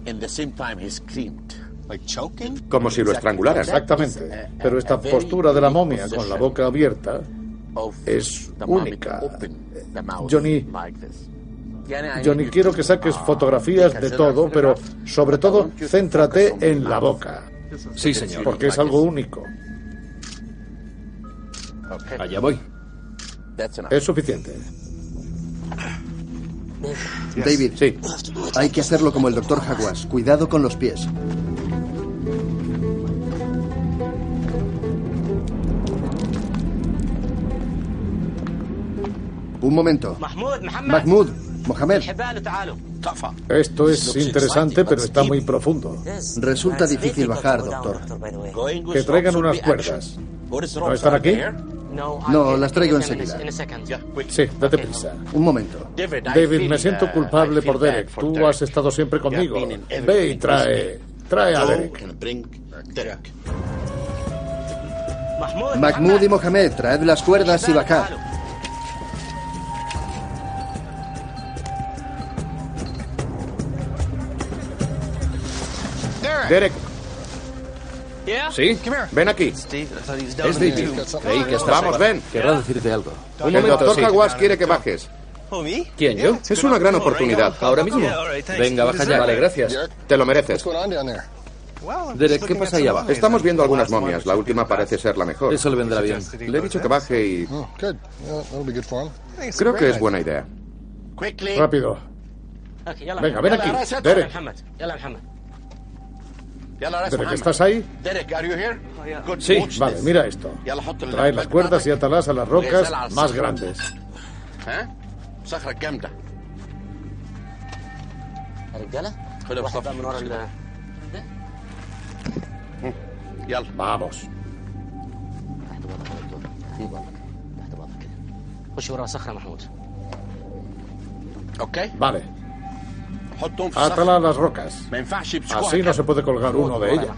[SPEAKER 6] Como si lo estrangularan.
[SPEAKER 1] Exactamente. Pero esta postura de la momia con la boca abierta es única. Johnny. Johnny, quiero que saques fotografías Ah, de todo, pero sobre todo céntrate en la boca.
[SPEAKER 3] Sí, señor.
[SPEAKER 1] Porque es algo único.
[SPEAKER 3] Allá voy.
[SPEAKER 1] Es suficiente.
[SPEAKER 4] David,
[SPEAKER 1] sí.
[SPEAKER 4] hay que hacerlo como el doctor Jaguas. Cuidado con los pies. Un momento. Mahmoud, Mohamed.
[SPEAKER 1] Esto es Eh, interesante, pero está muy profundo.
[SPEAKER 4] Resulta difícil bajar, doctor.
[SPEAKER 1] Que traigan unas cuerdas. ¿No están aquí?
[SPEAKER 4] No, las traigo enseguida.
[SPEAKER 1] Sí, date prisa.
[SPEAKER 4] Un momento.
[SPEAKER 1] David, uh, me siento culpable por Derek. Tú has estado siempre conmigo. Ve y trae. Trae a Derek.
[SPEAKER 4] Mahmoud y Mohamed, traed las cuerdas y bajad.
[SPEAKER 1] Derek.
[SPEAKER 3] ¿Sí?
[SPEAKER 6] Ven aquí.
[SPEAKER 3] Es David. Creí que estaba.
[SPEAKER 6] Vamos, ven.
[SPEAKER 3] Querrá decirte algo.
[SPEAKER 6] El doctor Jaguas quiere que bajes.
[SPEAKER 3] ¿Quién, yo?
[SPEAKER 6] Es una gran oportunidad.
[SPEAKER 3] Ahora mismo. Venga, baja ya. Vale, gracias.
[SPEAKER 6] Te lo mereces.
[SPEAKER 7] Derek, ¿qué pasa ahí abajo?
[SPEAKER 6] Estamos viendo algunas momias. La última parece ser la mejor.
[SPEAKER 7] Eso le vendrá bien.
[SPEAKER 6] Le he dicho que baje y... Creo que es buena idea.
[SPEAKER 1] Rápido. Venga, ven aquí. Derek. Derek, ¿estás ahí?
[SPEAKER 2] Sí.
[SPEAKER 1] Vale, mira esto. Trae las cuerdas y atalas a las rocas más grandes. Vamos. Vale. Atala a las rocas. Así no se puede colgar uno de ellas.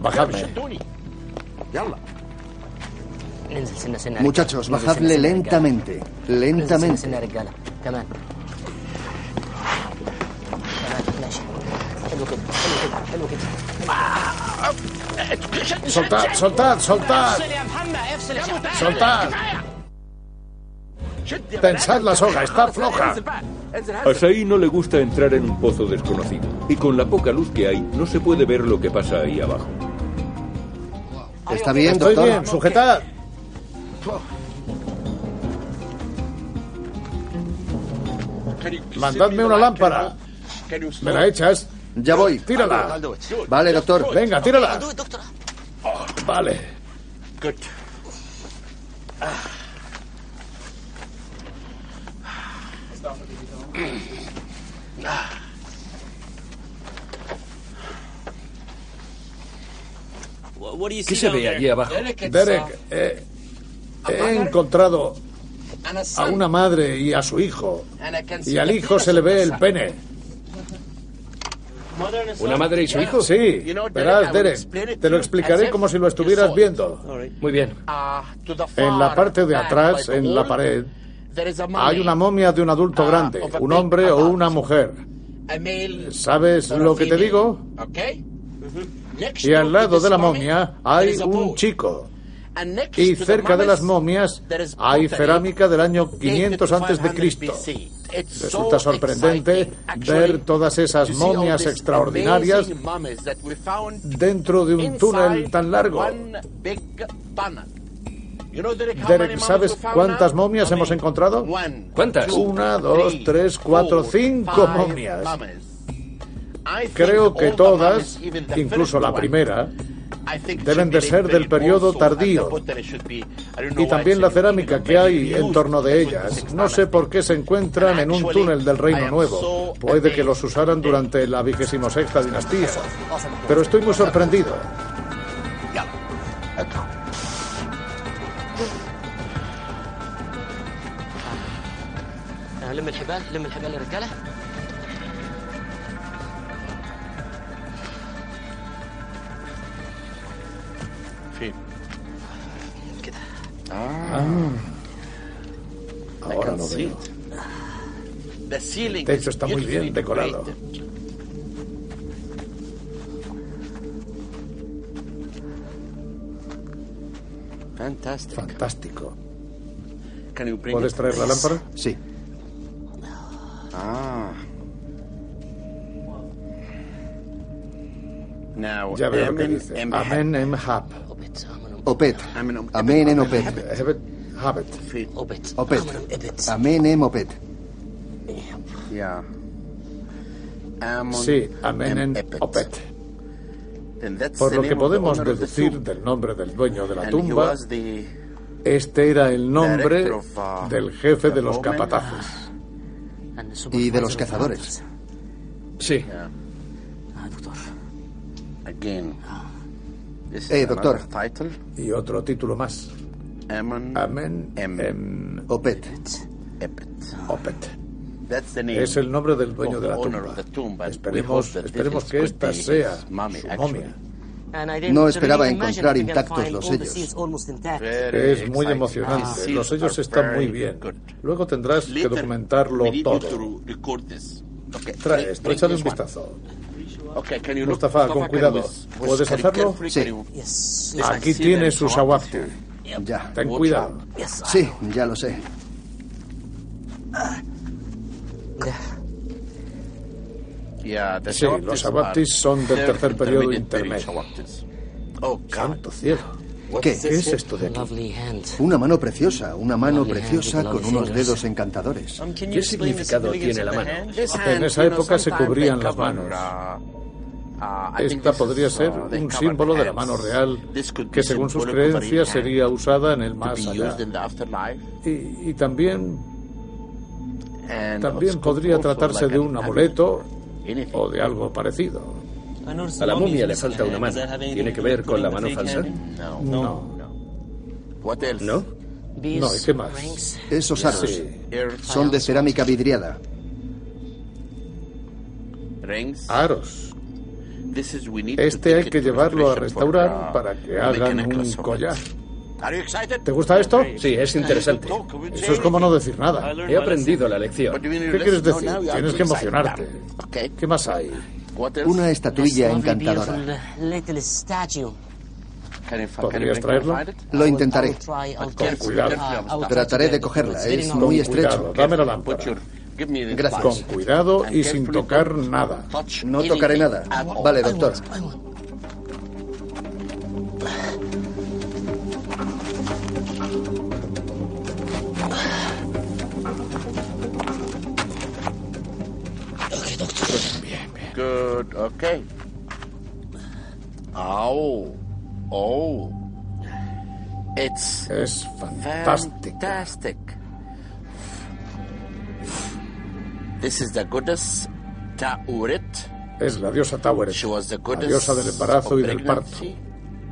[SPEAKER 1] Bajadme.
[SPEAKER 4] Muchachos, bajadle lentamente. Lentamente.
[SPEAKER 1] Soltad, soltad, soltad. Soltad. Tensad la soga, está floja.
[SPEAKER 2] A Saí no le gusta entrar en un pozo desconocido, y con la poca luz que hay, no se puede ver lo que pasa ahí abajo.
[SPEAKER 4] Está bien,
[SPEAKER 1] Estoy
[SPEAKER 4] doctor.
[SPEAKER 1] bien, sujetad. Mandadme una lámpara. ¿Me la echas?
[SPEAKER 4] Ya voy.
[SPEAKER 1] Tírala.
[SPEAKER 4] Vale, doctor.
[SPEAKER 1] Venga, tírala. Vale.
[SPEAKER 3] ¿Qué se ve allí abajo?
[SPEAKER 1] Derek, eh, he encontrado a una madre y a su hijo. Y al hijo se le ve el pene.
[SPEAKER 3] ¿Una madre y su hijo?
[SPEAKER 1] Sí, verás, Derek, te lo explicaré como si lo estuvieras viendo.
[SPEAKER 3] Muy bien.
[SPEAKER 1] En la parte de atrás, en la pared, hay una momia de un adulto grande, un hombre o una mujer. ¿Sabes lo que te digo? Y al lado de la momia hay un chico. Y cerca de las momias hay cerámica del año 500 antes de Cristo. Resulta sorprendente ver todas esas momias extraordinarias dentro de un túnel tan largo. Derek, ¿sabes cuántas momias hemos encontrado?
[SPEAKER 3] ¿Cuántas?
[SPEAKER 1] Una, dos, tres, cuatro, cinco momias. Creo que todas, incluso la primera, deben de ser del periodo tardío. Y también la cerámica que hay en torno de ellas. No sé por qué se encuentran en un túnel del Reino Nuevo. Puede que los usaran durante la vigésimo sexta dinastía. Pero estoy muy sorprendido.
[SPEAKER 6] Ah,
[SPEAKER 1] Ah. Ahora lo veo.
[SPEAKER 11] El
[SPEAKER 1] El techo está muy bien decorado.
[SPEAKER 11] Fantástico.
[SPEAKER 1] Fantástico. ¿Puedes traer la lámpara?
[SPEAKER 4] Sí.
[SPEAKER 1] Ya veo lo que dice. Amen em hab.
[SPEAKER 4] Opet. Amén en Opet.
[SPEAKER 1] Hebet habet.
[SPEAKER 4] Opet. Amén en Opet.
[SPEAKER 1] Sí, amén en opet. Por lo que podemos deducir del nombre del dueño de la tumba, este era el nombre del jefe de los capataces.
[SPEAKER 4] Y de los cazadores.
[SPEAKER 3] Sí.
[SPEAKER 4] Eh, doctor.
[SPEAKER 1] Y otro título más. Amén en
[SPEAKER 4] Opet.
[SPEAKER 1] opet. Es el nombre del dueño de la tumba. Esperemos, esperemos que esta sea su momia.
[SPEAKER 4] No esperaba encontrar intactos los sellos.
[SPEAKER 1] Es muy
[SPEAKER 6] Ah,
[SPEAKER 1] emocionante. Los sellos están muy bien. Luego tendrás que documentarlo todo. Trae esto, échale un vistazo. Mustafa, con cuidado. ¿Puedes hacerlo?
[SPEAKER 4] Sí,
[SPEAKER 1] Aquí tienes su shawafti.
[SPEAKER 4] ya.
[SPEAKER 1] Ten cuidado.
[SPEAKER 4] Sí, ya lo sé.
[SPEAKER 1] Sí, los abaptis son del tercer periodo intermedio.
[SPEAKER 6] Oh,
[SPEAKER 1] Santo cielo.
[SPEAKER 4] ¿Qué?
[SPEAKER 1] ¿Qué es esto de aquí?
[SPEAKER 4] Una mano preciosa, una mano preciosa con unos dedos encantadores.
[SPEAKER 3] ¿Qué significado tiene la mano?
[SPEAKER 1] En esa época se cubrían las manos. Esta podría ser un símbolo de la mano real que según sus creencias sería usada en el más allá. Y, y también, también podría tratarse de un amuleto o de algo parecido.
[SPEAKER 3] A la momia le falta una mano. ¿Tiene que ver con la mano falsa?
[SPEAKER 1] No.
[SPEAKER 3] ¿No?
[SPEAKER 1] No, ¿y qué más?
[SPEAKER 4] Esos aros
[SPEAKER 1] Sí.
[SPEAKER 4] son de cerámica vidriada.
[SPEAKER 1] Aros. Ah, Este hay que llevarlo a restaurar para que hagan un collar. ¿Te gusta esto?
[SPEAKER 3] Sí, es interesante.
[SPEAKER 1] Eso es como no decir nada.
[SPEAKER 3] He aprendido la lección.
[SPEAKER 1] ¿Qué quieres decir? Tienes que emocionarte. ¿Qué más hay?
[SPEAKER 4] Una estatuilla encantadora.
[SPEAKER 1] ¿Podrías traerlo?
[SPEAKER 4] Lo intentaré.
[SPEAKER 1] Con cuidado.
[SPEAKER 4] Trataré de cogerla. ¿eh? Es
[SPEAKER 1] Con
[SPEAKER 4] muy
[SPEAKER 1] cuidado.
[SPEAKER 4] estrecho.
[SPEAKER 1] Dame la lámpara.
[SPEAKER 4] Gracias.
[SPEAKER 1] Con cuidado y sin tocar nada.
[SPEAKER 4] No tocaré nada. Vale, doctor.
[SPEAKER 6] Good, okay. Oh, oh. It's
[SPEAKER 1] Es fantástico.
[SPEAKER 6] fantastic. This is the goddess Tauret.
[SPEAKER 1] Es la diosa Tower,
[SPEAKER 6] She was the
[SPEAKER 1] la
[SPEAKER 6] goddess
[SPEAKER 1] diosa del embarazo
[SPEAKER 6] of
[SPEAKER 1] y del parto.
[SPEAKER 6] pregnancy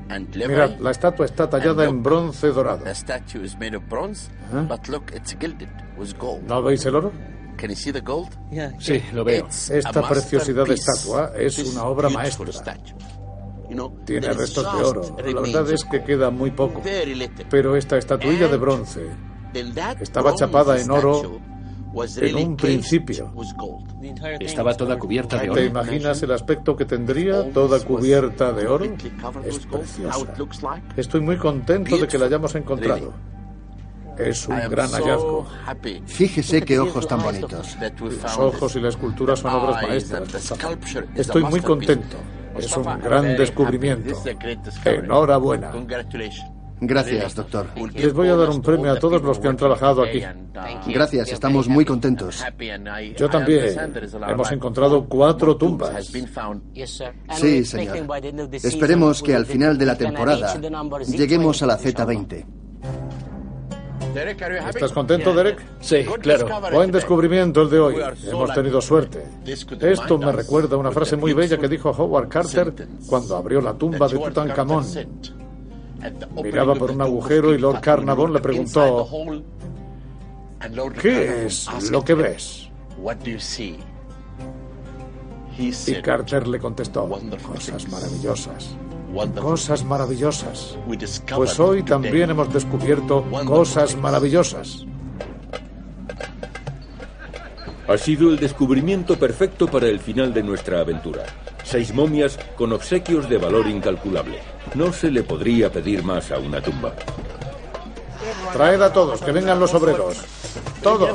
[SPEAKER 6] and delivery.
[SPEAKER 1] Mirad, la estatua está tallada en bronce dorado.
[SPEAKER 6] The statue is made of bronze, but look, it's gilded with gold.
[SPEAKER 1] ¿No veis el oro?
[SPEAKER 6] Can you see the gold?
[SPEAKER 3] Sí, lo veo.
[SPEAKER 6] It's a
[SPEAKER 1] Esta preciosidad de
[SPEAKER 6] masterpiece.
[SPEAKER 1] estatua es
[SPEAKER 6] This
[SPEAKER 1] una obra
[SPEAKER 6] beautiful
[SPEAKER 1] maestra.
[SPEAKER 6] statue. You know,
[SPEAKER 1] Tiene
[SPEAKER 6] there is
[SPEAKER 1] restos de
[SPEAKER 6] just
[SPEAKER 1] oro. La
[SPEAKER 6] remains
[SPEAKER 1] verdad es que queda muy poco.
[SPEAKER 6] very little.
[SPEAKER 1] Pero esta estatuilla de bronce
[SPEAKER 6] Then that
[SPEAKER 1] estaba chapada en
[SPEAKER 6] bronze
[SPEAKER 1] oro
[SPEAKER 6] statue was
[SPEAKER 1] en
[SPEAKER 6] really
[SPEAKER 1] un
[SPEAKER 6] cased
[SPEAKER 1] principio.
[SPEAKER 6] with gold.
[SPEAKER 3] Estaba toda cubierta de
[SPEAKER 1] ¿Te
[SPEAKER 3] oro.
[SPEAKER 1] imaginas el aspecto que tendría toda cubierta de oro?
[SPEAKER 6] Completely covered
[SPEAKER 1] Es
[SPEAKER 6] with gold. How it
[SPEAKER 1] preciosa.
[SPEAKER 6] looks like.
[SPEAKER 1] Estoy muy contento de que la hayamos encontrado. Es un
[SPEAKER 6] I am
[SPEAKER 1] gran
[SPEAKER 6] so
[SPEAKER 1] hallazgo.
[SPEAKER 6] happy.
[SPEAKER 4] Fíjese qué ojos tan bonitos.
[SPEAKER 6] That we
[SPEAKER 1] Los
[SPEAKER 6] found
[SPEAKER 1] ojos y la escultura son obras
[SPEAKER 6] eyes and
[SPEAKER 1] maestras.
[SPEAKER 6] Ah, the sculpture is a
[SPEAKER 1] Estoy
[SPEAKER 6] masterpiece.
[SPEAKER 1] muy
[SPEAKER 6] Pues eh,
[SPEAKER 1] contento. Es
[SPEAKER 6] Mustafa,
[SPEAKER 1] un
[SPEAKER 6] I'm
[SPEAKER 1] gran
[SPEAKER 6] very
[SPEAKER 1] descubrimiento.
[SPEAKER 6] happy. This is a great discovery.
[SPEAKER 1] Enhorabuena.
[SPEAKER 6] Congratulations.
[SPEAKER 4] Gracias, doctor.
[SPEAKER 1] Les voy a dar un premio a todos los que han trabajado aquí.
[SPEAKER 6] uh,
[SPEAKER 4] Gracias, estamos muy contentos.
[SPEAKER 1] Yo también. Hemos encontrado cuatro tumbas.
[SPEAKER 4] Sí, señor. Esperemos que al final de la temporada lleguemos a la Z20.
[SPEAKER 1] ¿Estás contento, Derek?
[SPEAKER 3] Sí, claro.
[SPEAKER 1] Buen descubrimiento el de hoy. Hemos tenido suerte. Esto me recuerda una frase muy bella que dijo Howard Carter cuando abrió la tumba de Tutankamón. Miraba por un agujero y Lord Carnarvon le preguntó, ¿qué es lo que ves?
[SPEAKER 6] What do you see? He
[SPEAKER 1] Y
[SPEAKER 6] said,
[SPEAKER 1] Carter le contestó,
[SPEAKER 6] Wonderful
[SPEAKER 1] cosas
[SPEAKER 6] things.
[SPEAKER 1] maravillosas,
[SPEAKER 6] Wonderful.
[SPEAKER 1] cosas maravillosas.
[SPEAKER 6] We discovered
[SPEAKER 1] Pues hoy
[SPEAKER 6] today.
[SPEAKER 1] también hemos descubierto cosas maravillosas.
[SPEAKER 2] Ha sido el descubrimiento perfecto para el final de nuestra aventura. Seis momias con obsequios de valor incalculable. No se le podría pedir más a una tumba.
[SPEAKER 1] Traed a todos, que vengan los obreros. Todos.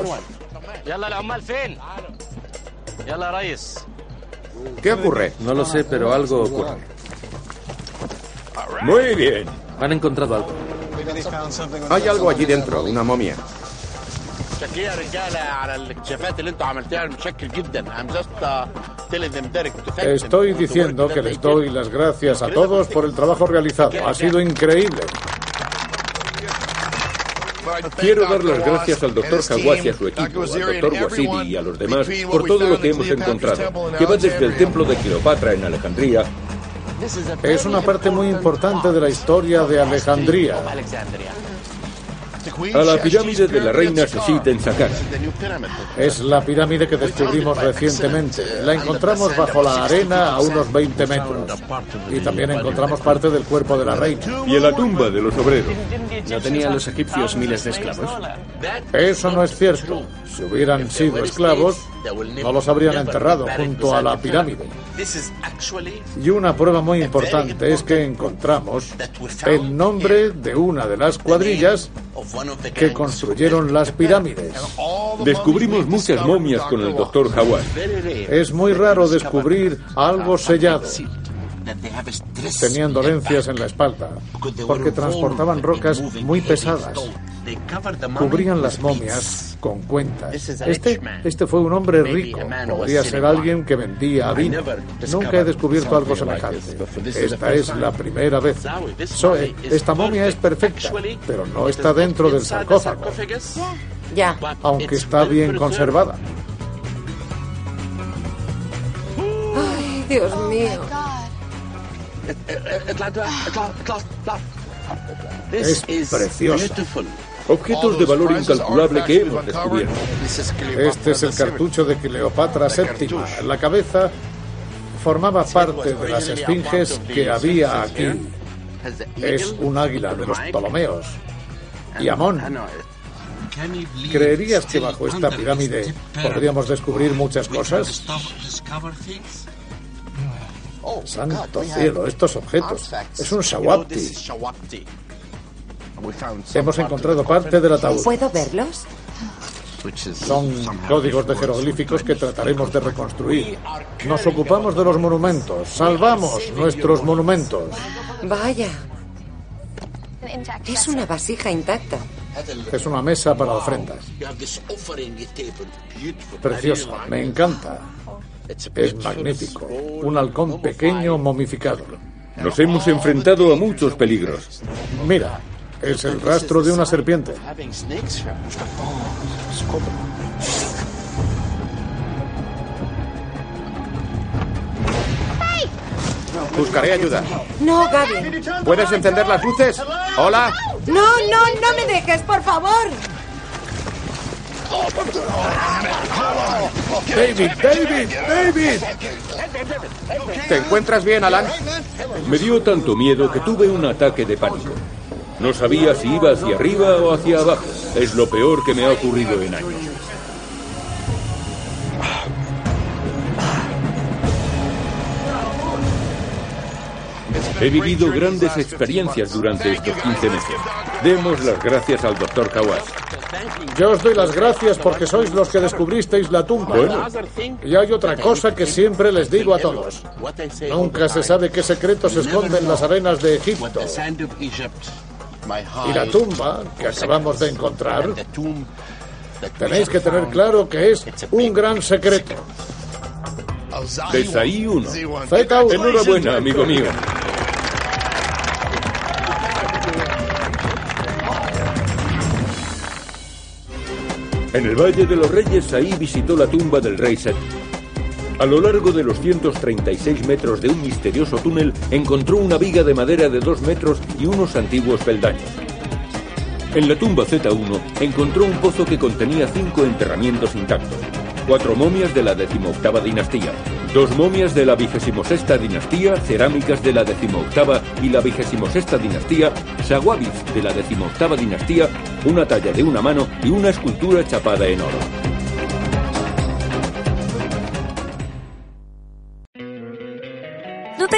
[SPEAKER 6] ¿Qué ocurre?
[SPEAKER 7] No lo sé, pero algo ocurre.
[SPEAKER 2] Muy bien.
[SPEAKER 7] Han encontrado algo.
[SPEAKER 6] Hay algo allí dentro, una momia.
[SPEAKER 12] شكرا يا رجاله على الاكتشافات اللي انتوا عملتيها متشكر جدا I'm just uh, telling them Derek to thank them
[SPEAKER 1] Estoy
[SPEAKER 12] for the
[SPEAKER 1] diciendo
[SPEAKER 12] work
[SPEAKER 1] que
[SPEAKER 12] that
[SPEAKER 1] les
[SPEAKER 12] they did.
[SPEAKER 1] doy las gracias a todos por el trabajo realizado. Ha sido increíble.
[SPEAKER 2] Quiero dar las gracias al doctor Hawass y a su equipo, al doctor Wasidi y a los demás por todo lo que hemos encontrado, que va desde el templo de Cleopatra en Alejandría
[SPEAKER 1] Es una parte muy importante de la historia de Alejandría.
[SPEAKER 2] a la pirámide de la reina Sesit en Saqqara.
[SPEAKER 1] Es la pirámide que descubrimos recientemente. La encontramos bajo la arena a unos 20 metros. Y también encontramos parte del cuerpo de la reina.
[SPEAKER 2] y en la tumba de los obreros.
[SPEAKER 3] ¿No tenían los egipcios miles de esclavos?
[SPEAKER 1] Eso no es cierto. Si hubieran sido esclavos, no los habrían enterrado junto a la pirámide.
[SPEAKER 12] This is actually
[SPEAKER 1] Y una prueba muy importante es que encontramos el nombre de una de las cuadrillas que construyeron las pirámides.
[SPEAKER 2] Descubrimos muchas momias con el doctor Hawat.
[SPEAKER 1] Es muy raro descubrir algo sellado. Tenían dolencias en la espalda porque transportaban rocas muy pesadas. Cubrían las momias con cuentas. Este, este fue un hombre rico. Podría ser alguien que vendía vino. Nunca he descubierto algo semejante. Esta es la primera vez. Zoe, esta momia es perfecta, pero no está dentro del sarcófago.
[SPEAKER 5] Ya.
[SPEAKER 1] Aunque está bien conservada.
[SPEAKER 5] Ay, Dios mío.
[SPEAKER 1] Es preciosa.
[SPEAKER 2] Objetos de valor incalculable que hemos descubierto.
[SPEAKER 1] Este es el cartucho de Cleopatra VII. La cabeza formaba parte de las esfinges que había aquí. Es un águila de los Ptolomeos. Y Amón. ¿Creerías que bajo esta pirámide podríamos descubrir muchas cosas? Santo cielo, estos objetos. Es un shawapti. Hemos encontrado parte del ataúd.
[SPEAKER 5] ¿Puedo verlos?
[SPEAKER 1] Son códigos de jeroglíficos que trataremos de reconstruir. Nos ocupamos de los monumentos. Salvamos nuestros monumentos.
[SPEAKER 5] Vaya. Es una vasija intacta.
[SPEAKER 1] Es una mesa para ofrendas. Preciosa, me encanta. Es magnífico. Un halcón pequeño momificado.
[SPEAKER 2] Nos hemos enfrentado a muchos peligros.
[SPEAKER 1] Mira, es el rastro de una serpiente.
[SPEAKER 6] Buscaré ayuda.
[SPEAKER 5] No, Gaby.
[SPEAKER 6] ¿Puedes encender las luces? Hola.
[SPEAKER 5] No, no, no me dejes, por favor.
[SPEAKER 1] David, David, David.
[SPEAKER 6] ¿Te encuentras bien, Alan?
[SPEAKER 2] Me dio tanto miedo que tuve un ataque de pánico. No sabía si iba hacia arriba o hacia abajo. Es lo peor que me ha ocurrido en años. He vivido grandes experiencias durante estos 15 meses. Demos las gracias al doctor Kawas.
[SPEAKER 1] Yo os doy las gracias porque sois los que descubristeis la tumba.
[SPEAKER 2] Bueno.
[SPEAKER 1] Y hay otra cosa que siempre les digo a todos. Nunca se sabe qué secreto se esconde en las arenas de Egipto. Y la tumba que acabamos de encontrar, tenéis que tener claro que es un gran secreto.
[SPEAKER 2] Desayuno.
[SPEAKER 1] Z1.
[SPEAKER 2] Enhorabuena, amigo mío. En el Valle de los Reyes, ahí visitó la tumba del rey Seti. A lo largo de los 136 metros de un misterioso túnel, encontró una viga de madera de 2 metros y unos antiguos peldaños. En la tumba Z1 encontró un pozo que contenía cinco enterramientos intactos, cuatro momias de la decimoctava dinastía, dos momias de la vigesimosexta dinastía, cerámicas de la decimoctava y la vigesimosexta dinastía, saguabis de la decimoctava dinastía, una talla de una mano y una escultura chapada en oro.
[SPEAKER 13] ¿No te